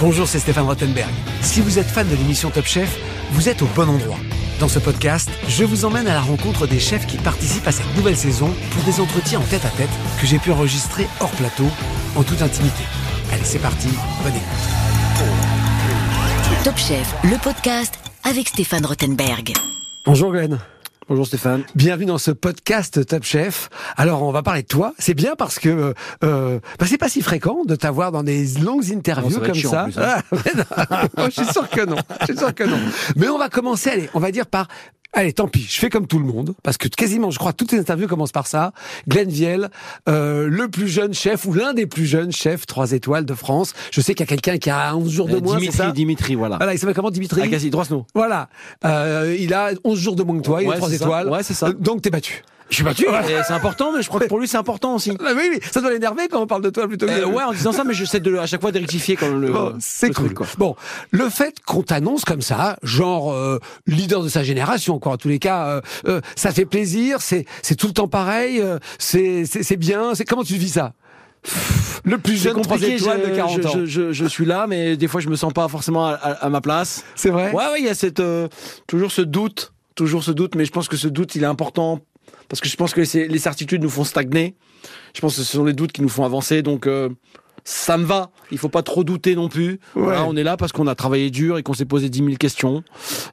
Bonjour, c'est Stéphane Rottenberg. Si vous êtes fan de l'émission Top Chef, vous êtes au bon endroit. Dans ce podcast, je vous emmène à la rencontre des chefs qui participent à cette nouvelle saison pour des entretiens en tête à tête que j'ai pu enregistrer hors plateau, en toute intimité. Allez, c'est parti, bonne écoute. Top Chef, le podcast avec Stéphane Rothenberg. Bonjour Glenn. Bonjour Stéphane. Bienvenue dans ce podcast Top Chef. Alors, on va parler de toi. C'est bien parce que euh, euh, bah, c'est pas si fréquent de t'avoir dans des longues interviews Non, ça va être comme chiant, ça. en plus, hein. Ah, mais non. Moi, je suis sûr que non. Je suis sûr que non. Mais on va commencer. Allez, on va dire par. Allez, tant pis. Je fais comme tout le monde parce que quasiment, je crois, toutes les interviews commencent par ça. Glenn Viel, euh, le plus jeune chef ou l'un des plus jeunes chefs trois étoiles de France. Je sais qu'il y a quelqu'un qui a 11 jours de Euh, moins. c'est Dimitri, ça Dimitri, voilà. Voilà, il s'appelle comment Dimitri Agassi, Drosno. Voilà. Euh, il a 11 jours de moins que toi, il a Ouais, 3 c'est ça. étoiles. Ouais, c'est ça. Euh, Donc t'es battu. Je suis battu. Voilà. et Eh, C'est important, mais je crois que pour lui, c'est important aussi. Ah oui, oui, ça doit l'énerver quand on parle de toi plutôt que Euh, de- ouais, en disant ça, mais j'essaie de le- à chaque fois de rectifier quand le. Eh, Bon, c'est le cool. truc, quoi. Bon, le fait qu'on t'annonce comme ça, genre euh, leader de sa génération, quoi, en tous les cas, euh, euh, ça fait plaisir, c'est c'est tout le temps pareil, euh, c'est c'est c'est bien, c'est comment tu vis ça Le plus C'est jeune 3 compliqué, étoiles je, de 40 je- ans. Je, je- je suis là, mais des fois, je me sens pas forcément à, à- à ma place. C'est vrai Ouais, ouais, il y a cette, euh, toujours ce doute, toujours ce doute, mais je pense que ce doute, il est important parce que je pense que les, les certitudes nous font stagner. Je pense que ce sont les doutes qui nous font avancer, donc. euh, ça me va, il faut pas trop douter non plus. Ouais. Voilà, on est là parce qu'on a travaillé dur et qu'on s'est posé 10 000 questions.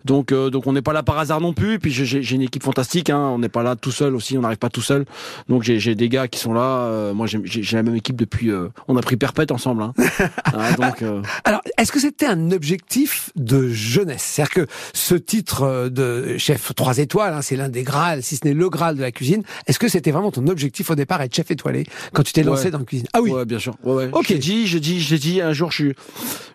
Donc, euh, donc on n'est pas là par hasard non plus. Et puis j'ai- j'ai j'ai une équipe fantastique, hein. on n'est pas là tout seul aussi, on n'arrive pas tout seul. Donc j'ai j'ai des gars qui sont là. euh, moi j'ai- j'ai j'ai la même équipe depuis. euh, on a pris perpète ensemble. Hein. Ah, donc, euh, Alors, est-ce que c'était un objectif de jeunesse C'est-à-dire que ce titre euh, de chef 3 étoiles, hein, c'est l'un des Graals, si ce n'est le Graal de la cuisine, est-ce que c'était vraiment ton objectif au départ, être chef étoilé, quand tu t'es lancé Ouais. dans la cuisine Ah oui, Ouais, bien sûr. Ouais, ouais. Ok. J'ai dit, j'ai dit, j'ai dit, un jour, je, suis-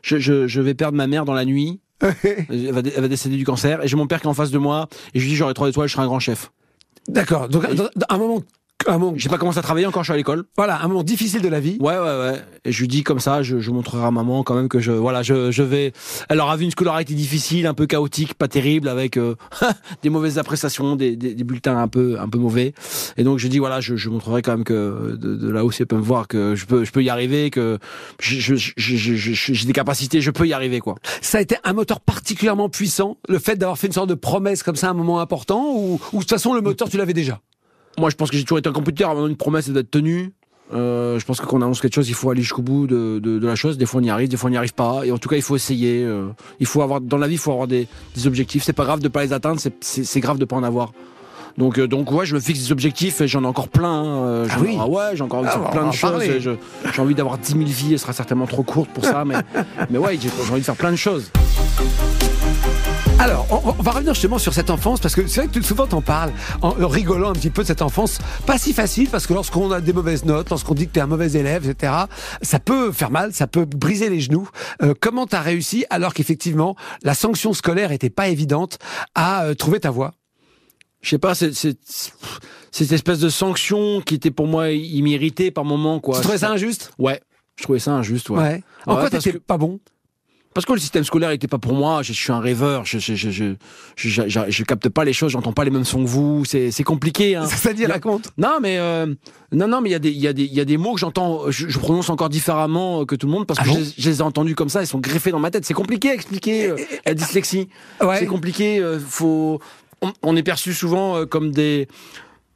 je, je, je vais perdre ma mère dans la nuit. elle, va, dé- elle va décéder du cancer. Et j'ai mon père qui est en face de moi. Et je lui dis, j'aurai trois étoiles, je serai un grand chef. d'accord. Donc, dans- dans un moment... Un moment, J'ai pas commencé à travailler encore, je suis à l'école. voilà, un moment difficile de la vie. Ouais, ouais, ouais. Et je lui dis comme ça, je, je montrerai à maman quand même que je, voilà, je, je vais. Elle aura vu une scolarité difficile, un peu chaotique, pas terrible, avec euh, des mauvaises appréciations, des, des, des bulletins un peu, un peu mauvais. Et donc je dis voilà, je, je montrerai quand même que de, de là-haut, si elle peut me voir, que je peux, je peux y arriver, que je- je- je- je- je- j'ai des capacités, je peux y arriver, quoi. Ça a été un moteur particulièrement puissant, le fait d'avoir fait une sorte de promesse comme ça à un moment important, ou, ou de toute façon le moteur tu l'avais déjà. Moi, je pense que j'ai toujours été un compétiteur. Avant une promesse c'est d'être tenu. Euh, je pense que quand on annonce quelque chose, il faut aller jusqu'au bout de, de- de la chose. Des fois, on y arrive, des fois, on n'y arrive pas. Et en tout cas, il faut essayer. euh, il faut avoir dans la vie, il faut avoir des, des objectifs. C'est pas grave de pas les atteindre. c'est- C'est c'est grave de pas en avoir. Donc, euh, donc ouais, je me fixe des objectifs. et J'en ai encore plein. hein, euh, Ah j'en- oui. ouais, j'ai encore envie de Ah, faire on plein va en de choses. parler. et je- J'ai envie d'avoir 10 000 vies. Elle sera certainement trop courte pour ça, mais mais ouais, j'ai j'ai envie de faire plein de choses. Alors, on, on va revenir justement sur cette enfance, parce que c'est vrai que tu- souvent t'en parles, en rigolant un petit peu de cette enfance, pas si facile, parce que lorsqu'on a des mauvaises notes, lorsqu'on dit que t'es un mauvais élève, etc., ça peut faire mal, ça peut briser les genoux. Euh, comment t'as réussi, alors qu'effectivement, la sanction scolaire était pas évidente, à euh, trouver ta voie je sais pas, c'est, c'est, pff, cette espèce de sanction qui était pour moi imméritée par moment, quoi. Tu trouvais ça injuste Ouais. Je trouvais ça injuste, ouais. En Ouais, quoi parce t'étais que- pas bon Parce que le système scolaire n'était pas pour moi. Je, je suis un rêveur. Je, je, je, je, je, je- je- je capte pas les choses. J'entends pas les mêmes sons que vous. C'est, c'est compliqué. Hein. C'est-à-dire, Il y a- raconte. Non, mais euh, non, non, mais il y a des, il y a des, il y a des mots que j'entends, je, je prononce encore différemment euh, que tout le monde parce Ah que bon je, les- je les ai entendus comme ça. Ils sont greffés dans ma tête. C'est compliqué à expliquer euh, la dyslexie. ah, Ouais. C'est compliqué. euh, faut, on, on est perçu souvent euh, comme des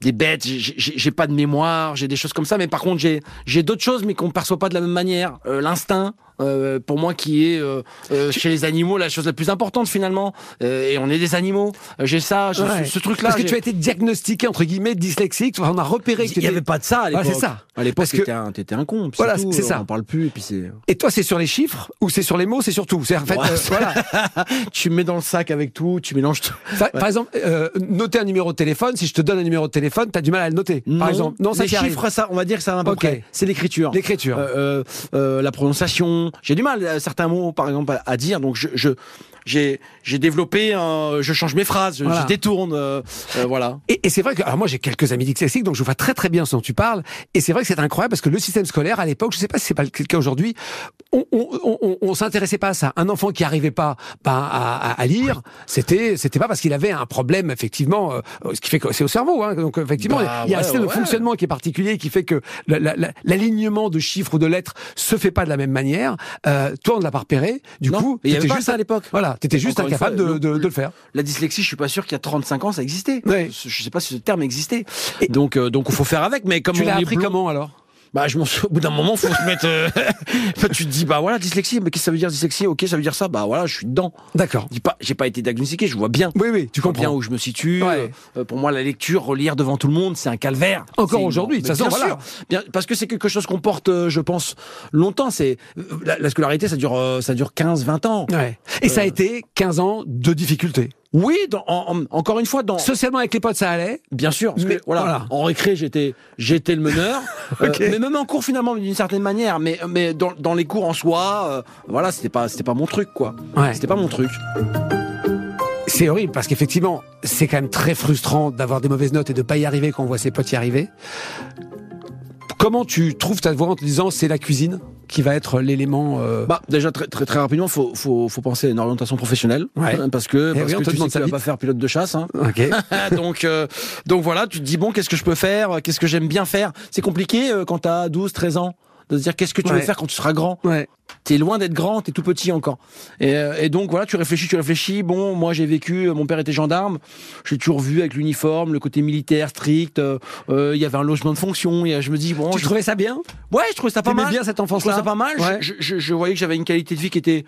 des bêtes, j'ai- j'ai j'ai pas de mémoire, j'ai des choses comme ça, mais par contre j'ai j'ai d'autres choses mais qu'on perçoit pas de la même manière. Euh, L'instinct, euh, pour moi, qui est euh, euh, chez les animaux la chose la plus importante finalement, Euh, et on est des animaux. Euh, J'ai ça, j'ai Ouais. ce, ce truc-là. Parce que j'ai- tu as été diagnostiqué, entre guillemets, dyslexique. Enfin, On a repéré que tu il n'y étais- avait pas de ça à Voilà, l'époque. c'est ça. À l'époque, Parce que- t'étais un, t'étais un con. puis Voilà, c'est tout, c'est ça. On en parle plus. Et puis c'est. Et toi, c'est sur les chiffres ou c'est sur les mots, c'est sur tout. C'est en fait, Ouais. euh, voilà. Tu mets dans le sac avec tout. Tu mélanges tout. Par, par exemple, euh, noter un numéro de téléphone, si je te donne un numéro de téléphone, t'as du mal à le noter. par exemple, non, ça les t'y arrive. chiffres, ça, on va dire que ça va à peu Ok. près. C'est l'écriture. L'écriture. Euh, euh, euh, la prononciation. J'ai du mal à certains mots, par exemple, à, à dire. Donc je, je, j'ai j'ai développé, un- je change mes phrases, je, Voilà. je détourne, euh, euh, voilà. Et, et c'est vrai que, alors moi j'ai quelques amis dyslexiques, donc je vois très très bien ce dont tu parles. Et c'est vrai que c'est incroyable parce que le système scolaire à l'époque, je sais pas si c'est pas le cas aujourd'hui, on, on, on, on- on s'intéressait pas à ça. Un enfant qui arrivait pas ben, à, à- à lire, c'était c'était pas parce qu'il avait un problème effectivement, euh, ce qui fait que c'est au cerveau. Hein, donc effectivement, Bah, il y a un ouais, système de ouais. fonctionnement qui est particulier, qui fait que la- la- la- l'alignement de chiffres ou de lettres se fait pas de la même manière. Euh, toi on ne l'a pas repéré, du Non, coup, il y avait t'étais pas juste ça à l'époque. voilà, t'étais juste Encore une incapable de, fois, de- le- Ah, de le faire. La dyslexie, je suis pas sûr qu'il y a 35 ans ça existait. Ouais. Je je sais pas si ce terme existait. donc euh, donc il faut faire avec. Mais comme Tu on l'as est appris blond- comment alors Bah, je m'en sou- au bout d'un moment, faut se mettre. euh, enfin, tu te dis, bah voilà, dyslexie, mais qu'est-ce que ça veut dire dyslexie Ok, ça veut dire ça, bah voilà, je suis dedans. D'accord. Je dis pas, j'ai pas été diagnostiqué, je vois bien. Oui, oui, tu Je vois comprends. bien où je me situe. Ouais. Euh, pour moi, la lecture, relire devant tout le monde, c'est un calvaire. Encore C'est une- aujourd'hui, de Mais toute façon, bien voilà. sûr. Bien- parce que c'est quelque chose qu'on porte, euh, je pense, longtemps. C'est euh, la, la scolarité, ça dure, euh, ça dure 15-20 ans. Ouais. Et Euh. ça a été 15 ans de difficultés. Oui, dans- en- en- encore une fois, dans Socialement, avec les potes, ça allait. Bien sûr, parce que, Mais voilà, voilà. en récré j'étais j'étais le meneur, euh, Ok. mais même en cours finalement d'une certaine manière, mais mais dans, dans les cours en soi, euh, voilà c'était pas c'était pas mon truc quoi, Ouais. c'était pas mon truc. C'est horrible parce qu'effectivement, c'est quand même très frustrant d'avoir des mauvaises notes et de pas y arriver quand on voit ses potes y arriver. Comment tu trouves ta voix en te disant c'est la cuisine qui va être l'élément euh, Bah déjà très très très rapidement faut faut faut penser à une orientation professionnelle, Ouais. hein, parce que Eh parce oui, on que te tu sais demande que ça tu vas vite. pas faire pilote de chasse, hein. Ok. donc euh, donc voilà tu te dis bon qu'est-ce que je peux faire, qu'est-ce que j'aime bien faire, c'est compliqué euh, quand t'as 12 13 ans de se dire qu'est-ce que tu Ouais. veux faire quand tu seras grand. Ouais. T'es loin d'être grand, t'es tout petit encore. Et, euh, et donc voilà, tu réfléchis, tu réfléchis. Bon, moi j'ai vécu, euh, mon père était gendarme. J'ai toujours vu avec l'uniforme, le côté militaire strict. euh, euh, Il y avait un logement de fonction. Et euh, je me dis bon, Tu je- trouvais ça bien ouais, je trouvais ça pas T'aimais mal. bien cette je trouvais enfance-là ça pas mal. Je- Ouais. Je, je- je voyais que j'avais une qualité de vie qui était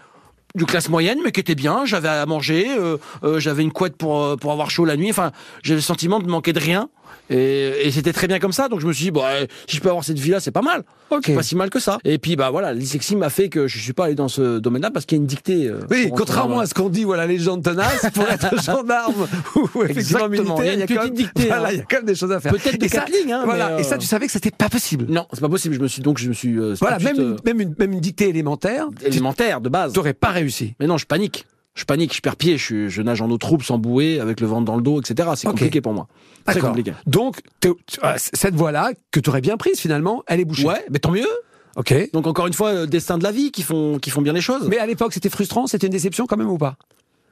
de classe moyenne, mais qui était bien. J'avais à manger, euh, euh, j'avais une couette pour euh, pour avoir chaud la nuit. Enfin, j'avais le sentiment de manquer de rien. Et, et c'était très bien comme ça. Donc je me suis dit bon, euh, si je peux avoir cette vie-là, c'est pas mal. Ok. C'est pas si mal que ça. Et puis bah voilà, la dyslexie m'a fait que je suis pas allé dans ce domaine-là parce qu'il y a une dictée. euh, Oui, pour contrairement entrer à ce qu'on dit, voilà, les gens de tenace, pour être gendarme ou effectivement Exactement, militaire, il y a une quand petite même- dictée, voilà, hein. il y a quand même des choses à faire. Peut-être de Et ça- quatre lignes, hein, voilà. mais, euh, Et ça, tu savais que c'était pas possible. dans- Non, c'est pas possible. Je me suis donc je me suis. euh, Voilà, tout de même, suite, une, euh, même, une, même une dictée élémentaire, tu élémentaire de base. t'aurais pas réussi. Mais non, je panique. Je panique, je perds pied, je, suis- je nage en eau trouble, sans bouée, avec le ventre dans le dos, etc. C'est Ok. compliqué pour moi. Très D'accord. compliqué. Donc, t'es- tu- ah, c- cette voie-là, que tu aurais bien prise finalement, elle est bouchée. Ouais, mais tant mieux. Ok. Donc encore une fois, euh, destin de la vie qui font qui font bien les choses. Mais à l'époque, c'était frustrant, c'était une déception quand même ou pas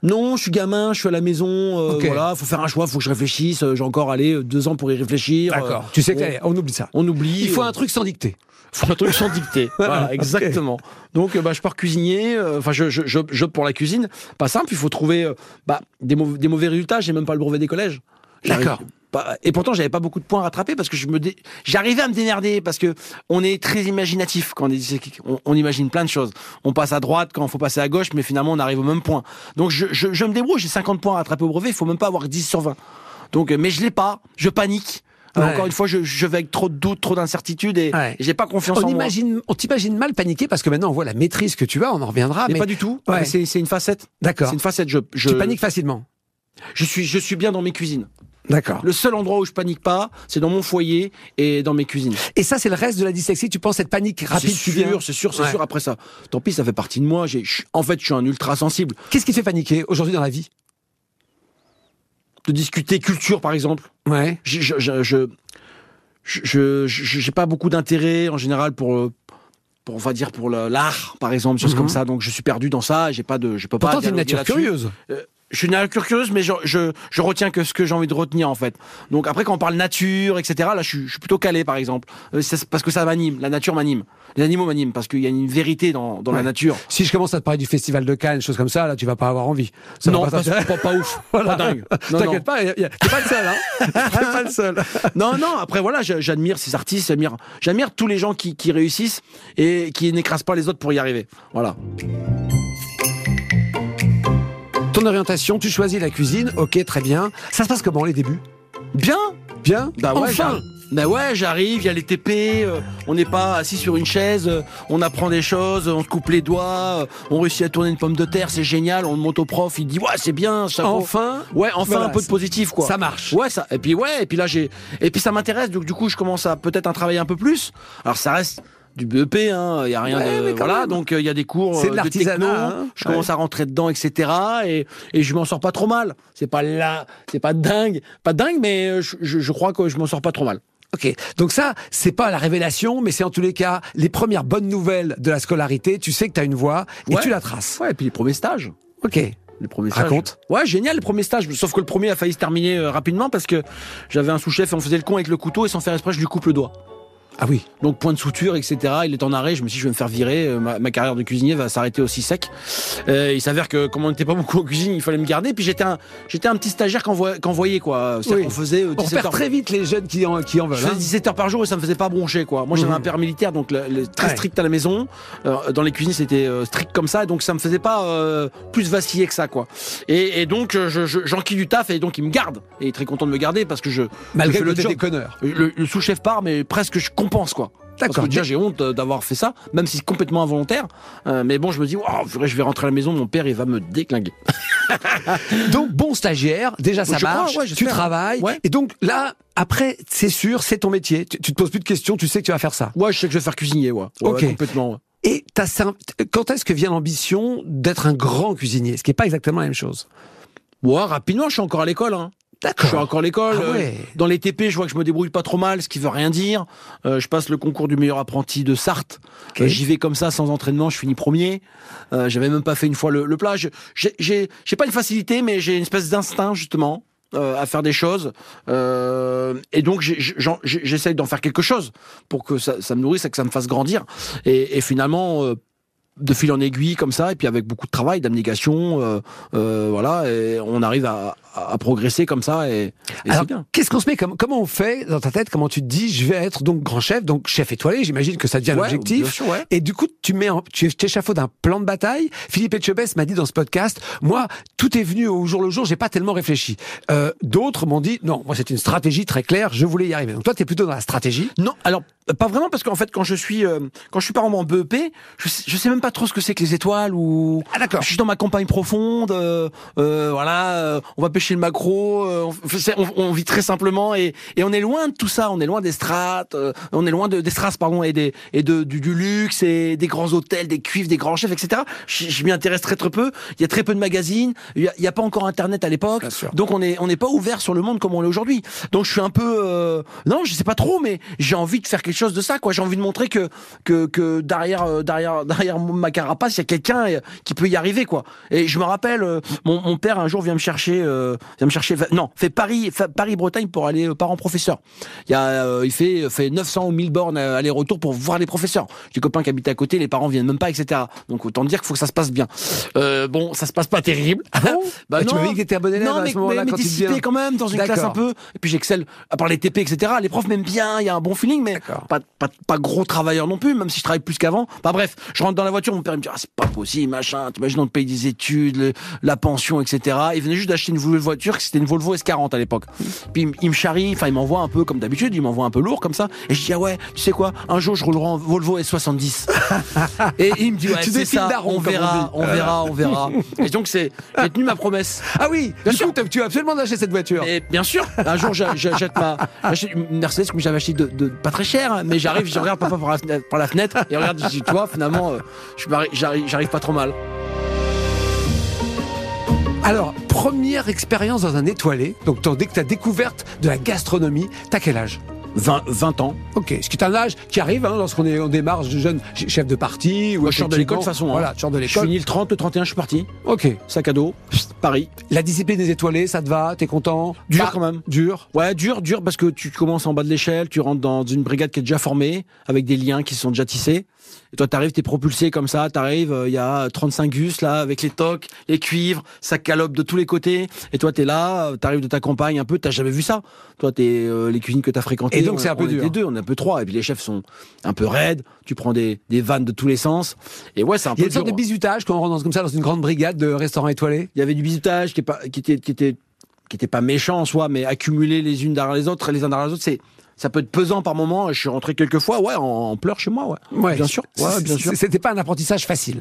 Non, je suis gamin, je suis à la maison, euh, Ok. voilà, faut faire un choix, faut que je réfléchisse. euh, J'ai encore allé euh, deux ans pour y réfléchir. euh, Tu sais que, on- allez, on oublie ça. on oublie. Il faut euh, un truc sans dictée. faut un truc sans dictée. voilà, Ok. exactement. Donc, euh, bah, je pars cuisinier. euh, Enfin, je, je, je, j'opte pour la cuisine. Pas simple. Il faut trouver euh, bah, des, mau- des mauvais résultats. J'ai même pas le brevet des collèges. J'arrive D'accord. pas- et pourtant, j'avais pas beaucoup de points à rattraper parce que je me dé- j'arrivais à me démerder parce que on est très imaginatif quand on est dyslexique. On, on imagine plein de choses. On passe à droite quand il faut passer à gauche, mais finalement, on arrive au même point. Donc, je, je, je me débrouille. J'ai 50 points à rattraper au brevet. Il faut même pas avoir 10 sur 20. Donc, euh, mais je l'ai pas. Je panique. Euh, Ouais. Encore une fois, je, je vais avec trop de doutes, trop d'incertitudes et Ouais. et j'ai pas confiance On en moi. imagine, on t'imagine mal paniquer parce que maintenant on voit la maîtrise que tu as, on en reviendra. mais, Mais, pas du tout. Ouais. Mais C'est c'est une facette. D'accord. C'est une facette. Je, je, Tu paniques facilement. Je suis, je suis bien dans mes cuisines. D'accord. Le seul endroit où je panique pas, c'est dans mon foyer et dans mes cuisines. Et ça, c'est le reste de la dyslexie. Tu penses cette panique rapide qui c'est vient sûr, c'est sûr, c'est Ouais. sûr. Après ça, tant pis, ça fait partie de moi. J'ai, je- en fait, je suis un ultra sensible. Qu'est-ce qui te fait paniquer aujourd'hui dans la vie De discuter culture, par exemple, Ouais. j'ai- je, je, je, je, je- je- j'ai pas beaucoup d'intérêt en général pour. euh, Pour, on va dire pour le- l'art, par exemple, choses Mhm. comme ça. Donc, je suis perdu dans ça. J'ai pas de, je peux Pourtant, pas. t'es une dialoguer nature là-dessus. curieuse. Euh, je suis une nature curieuse, mais je, je, je retiens que ce que j'ai envie de retenir en fait. Donc après, quand on parle nature, etc., là, je, suis- je suis plutôt calé, par exemple, Euh, c'est parce que ça m'anime. La nature m'anime. Les animaux m'animent parce qu'il y a une vérité dans, dans Ouais. la nature. Si je commence à te parler du festival de Cannes, choses comme ça, là, tu vas pas avoir envie. Ça va non, pas, t'intéresser. pas- pas ouf, Voilà. pas dingue. Non, non. T'inquiète pas, y a- y a- t'es pas le seul. Hein. t'es pas le seul. non, non, Après voilà, je- j'admire ces artistes, j'admire, j'admire tous les gens qui, qui réussissent et qui n'écrasent pas les autres pour y arriver. Voilà. Ton orientation, tu choisis la cuisine, ok, très bien. Ça se passe comment les débuts Bien. Bien Bah ouais, Enfin j'arrive. Bah ouais, j'arrive, il y a les TP, euh, on n'est pas assis sur une chaise, euh, on apprend des choses, on se coupe les doigts, euh, on réussit à tourner une pomme de terre, c'est génial, on le monte au prof, il dit ouais c'est bien, chapeau. Enfin Ouais, enfin Voilà, un peu de positif quoi. Ça marche. Ouais, ça. Et puis ouais, et puis là j'ai, et puis ça m'intéresse, donc du coup je commence à peut-être un travailler un peu plus. Alors ça reste du BEP, il hein, y a rien Ouais, mais de quand voilà, même. donc il y a des cours C'est de euh, de l'artisanat, techno, hein. je commence à rentrer dedans etc et, et je m'en sors pas trop mal. C'est pas là, c'est pas dingue, pas dingue mais euh, je, je- je crois que je m'en sors pas trop mal. Ok, donc ça, c'est pas la révélation, mais c'est en tous les cas les premières bonnes nouvelles de la scolarité. Tu sais que tu as une voie et Ouais. tu la traces. Ouais, et puis les premiers stages. Ok. Le premier stage. Raconte. Ouais, génial le premier stage. Sauf que le premier a failli se terminer euh, rapidement parce que j'avais un sous-chef et on faisait le con avec le couteau et sans faire exprès, je lui coupe le doigt. Ah oui. Donc point de suture, etc. Il est en arrêt. Je me suis dit, je vais me faire virer. euh, Ma, ma carrière de cuisinier va s'arrêter aussi sec. Euh, il s'avère que comme on n'était pas beaucoup en cuisine, il fallait me garder. Puis j'étais un, j'étais un petit stagiaire qu'envoi- qu'envoyé quoi. Oui. On faisait euh, On 17 perd heures. très vite les jeunes qui en, qui en veulent. Je faisais hein. 17 heures par jour et ça me faisait pas broncher quoi. Moi j'avais Mhm. un père militaire donc le- le- très Ouais. strict à la maison. Euh, dans les cuisines c'était euh, strict comme ça et donc ça me faisait pas euh, plus vaciller que ça quoi. Et, et donc euh, je- je- j'enquille du taf et donc il me garde et il est très content de me garder parce que je Malgré je fais le le côté job. déconneur. le, le sous-chef part mais presque je compense quoi. Parce D'accord. que déjà j'ai honte euh, d'avoir fait ça, même si c'est complètement involontaire. Euh, mais bon je me dis waouh purée, je vais rentrer à la maison mon père il va me déclinguer. Donc bon stagiaire, déjà ça Je crois, marche, ouais, tu j'espère. travailles. Ouais. Et donc là, après, c'est sûr, c'est ton métier. Tu, tu te poses plus de questions, tu sais que tu vas faire ça. Ouais je sais que je vais faire cuisinier ouais. Ouais, Ok. ouais, complètement. ouais. Et t'as ça- quand est-ce que vient l'ambition d'être un grand cuisinier Ce qui n'est pas exactement la même chose. Ouais rapidement je suis encore à l'école hein. Je suis D'accord. encore à l'école. Ah euh, ouais. Dans les TP, je vois que je me débrouille pas trop mal, ce qui veut rien dire. Euh, je passe le concours du meilleur apprenti de Sarthe. Ok. Euh, J'y vais comme ça, sans entraînement, je finis premier. Euh, J'avais même pas fait une fois le, le plat. Je- J'ai j'ai- j'ai pas une facilité, mais j'ai une espèce d'instinct justement. euh, à faire des choses Euh, et donc j'ai- j'ai- j'en- j'ai- j'essaye d'en faire quelque chose pour que ça, ça me nourrisse et que ça me fasse grandir et, et finalement euh, de fil en aiguille comme ça et puis avec beaucoup de travail d'abnégation euh, euh, voilà et on arrive à, à- à progresser comme ça et, et Alors, c'est bien qu'est-ce qu'on se met comme, Comment on fait dans ta tête Comment tu te dis, je vais être donc grand chef, donc chef étoilé J'imagine que ça devient Ouais, bien l'objectif. sûr, ouais. Et du coup, tu mets, en- tu t'échafaudes un plan de bataille. Philippe Etchebest m'a dit dans ce podcast, moi, tout est venu au jour le jour. J'ai pas tellement réfléchi. Euh, D'autres m'ont dit, non, moi c'est une stratégie très claire. Je voulais y arriver. Donc toi, t'es plutôt dans la stratégie. Non, alors euh, pas vraiment parce qu'en fait quand je suis euh, quand je suis par exemple en BEP, je sais, je sais même pas trop ce que c'est que les étoiles ou Ah, d'accord. Je suis dans ma campagne profonde, euh, euh, voilà, euh, on va pêcher le maquereau, euh, on, f- c'est- on- on vit très simplement et, et on est loin de tout ça, on est loin des strates, euh, on est loin de, des strates pardon et des et de, du, du luxe et des grands hôtels, des cuivres, des grands chefs, etc. Je, je m'y intéresse très très peu. Il y a très peu de magazines, il y a, il y a pas encore Internet à l'époque, Bien sûr. donc on est on n'est pas ouvert sur le monde comme on l'est aujourd'hui. Donc je suis un peu euh, non, je sais pas trop, mais j'ai envie de faire quelque chose de ça quoi. J'ai envie de montrer que que que derrière euh, derrière derrière ma carapace, il y a quelqu'un euh, qui peut y arriver quoi. Et je me rappelle euh, mon, mon père un jour vient me chercher euh, vient me chercher va- non, fait Paris Paris Bretagne pour aller euh, parents professeurs. Il y a euh, il fait fait 900 ou 1000 bornes euh, aller-retour pour voir les professeurs. J'ai des copains qui habitent à côté, les parents viennent même pas etc. Donc autant dire qu'il faut que ça se passe bien. Euh, bon, ça se passe pas terrible. Bah Et tu non. m'avais dit que t'étais un bon élève Non, à mais, ce moment-là mais- mais quand tu te dissipé viens. quand même dans une D'accord. classe un peu. Et puis j'excelle, à part les TP, etc. Les profs m'aiment bien, il y a un bon feeling, mais D'accord. pas, pas, pas gros travailleur non plus, même si je travaille plus qu'avant. Bah bref, je rentre dans la voiture, mon père il me dit, ah, c'est pas possible, machin, t'imagines, on te paye des études, le- la pension, etc. Il venait juste d'acheter une nouvelle voiture, c'était une Volvo S40 à l'époque. Puis il, me- il me charrie, enfin il m'envoie un peu comme d'habitude, il m'envoie un peu lourd comme ça. Et je dis, ah ouais, tu sais quoi, un jour je roulerai en Volvo S70. et il me dit, ouais, Tu c'est défies le ça, daron, on comme on verra, dit. on verra, on verra. Euh. Et donc c'est, j'ai tenu ma promesse. Ah oui, Bien du sûr. coup, t'as- tu as absolument lâché cette voiture. Mais bien sûr, un jour j'a- j'a- j'achète ma j'achète une Mercedes que j'avais acheté de, de- pas très cher, hein, mais j'arrive, je regarde papa par la fenêtre, par la fenêtre et regarde, je dis tu vois finalement euh, je m'arri- j'arrive j'arrive pas trop mal. Alors, première expérience dans un étoilé. Donc, t'en- dès que t'as découverte de la gastronomie, t'as quel âge 20, 20 ans. Ok, ce qui est un âge qui arrive hein, lorsqu'on est on démarre de jeune ch- chef de parti ou Moi, je sors de l'école, de toute façon, hein. Voilà, tu sors de Je l'école. finis le 30, le 31, je suis parti. Ok. Sac à dos, pfft, Paris. La discipline des étoilés, ça te va T'es content Dur Bah, quand même. Dur. Ouais, dur, dur, parce que tu commences en bas de l'échelle, tu rentres dans une brigade qui est déjà formée, avec des liens qui sont déjà tissés. Et toi, t'arrives, t'es propulsé comme ça, t'arrives, euh, il y a 35 gus, là, avec les tocs, les cuivres, ça calope de tous les côtés. Et toi, t'es là, euh, t'arrives de ta campagne un peu, t'as jamais vu ça. Toi, t'es euh, les cuisines que t'as fréquentées. Et donc, on- c'est un peu on dur. était deux, on est un peu trois. Et puis, les chefs sont un peu raides, tu prends des, des vannes de tous les sens. Et ouais, c'est un Il y a peu une sorte de dur. hein. bizutage quand on rentre dans- comme ça dans une grande brigade de restaurants étoilés. Il y avait du bisutage qui, est pas- qui était, qui était, qui était pas méchant en soi, mais accumuler les unes derrière les autres, les uns derrière les autres, c'est, ça peut être pesant par moment. Je suis rentré quelques fois, ouais, en, en pleurs chez moi, ouais. Bien sûr, ouais, C'est- bien sûr. c'est- C'était pas un apprentissage facile.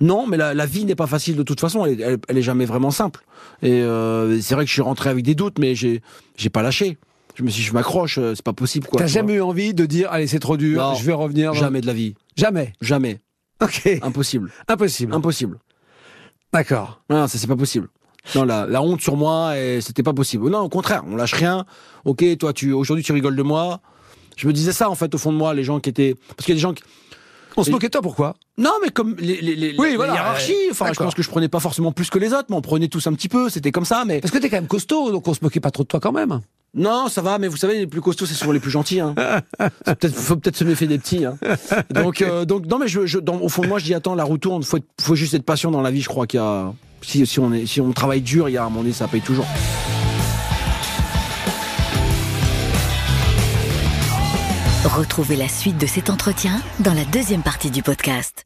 Non, mais la, la vie n'est pas facile de toute façon. Elle est, elle, elle est jamais vraiment simple. Et euh, c'est vrai que je suis rentré avec des doutes, mais j'ai, j'ai pas lâché. je me suis dit, je m'accroche, euh, c'est pas possible quoi. T'as tu jamais eu envie de dire, allez, c'est trop dur, Non. je vais revenir. vois. dans- Jamais de la vie. Jamais. Jamais. Ok. Impossible. Impossible. Impossible. D'accord. Non, non, ça c'est pas possible. Non, la, la honte sur moi, et c'était pas possible. Non, au contraire, on lâche rien. Ok, toi, tu aujourd'hui tu rigoles de moi. Je me disais ça en fait au fond de moi, les gens qui étaient parce qu'il y a des gens qui On se Et- moquait de toi, pourquoi non mais comme les, les, les- Oui, les voilà, hiérarchies, ouais, enfin je d'accord. pense que je prenais pas forcément plus que les autres, mais on prenait tous un petit peu, c'était comme ça. Mais Parce que t'es quand même costaud, donc on se moquait pas trop de toi quand même. Non, ça va, mais vous savez, les plus costauds, c'est souvent les plus gentils. Hein. C'est peut-être- faut peut-être se méfier des petits. hein. Donc, euh, donc, non, mais je, je- dans- au fond de moi, je dis attends, la roue tourne. Faut, être- faut juste être patient dans la vie. Je crois qu'il y a, si, si on est, si on travaille dur, il y a un moment donné, ça paye toujours. Retrouvez la suite de cet entretien dans la deuxième partie du podcast.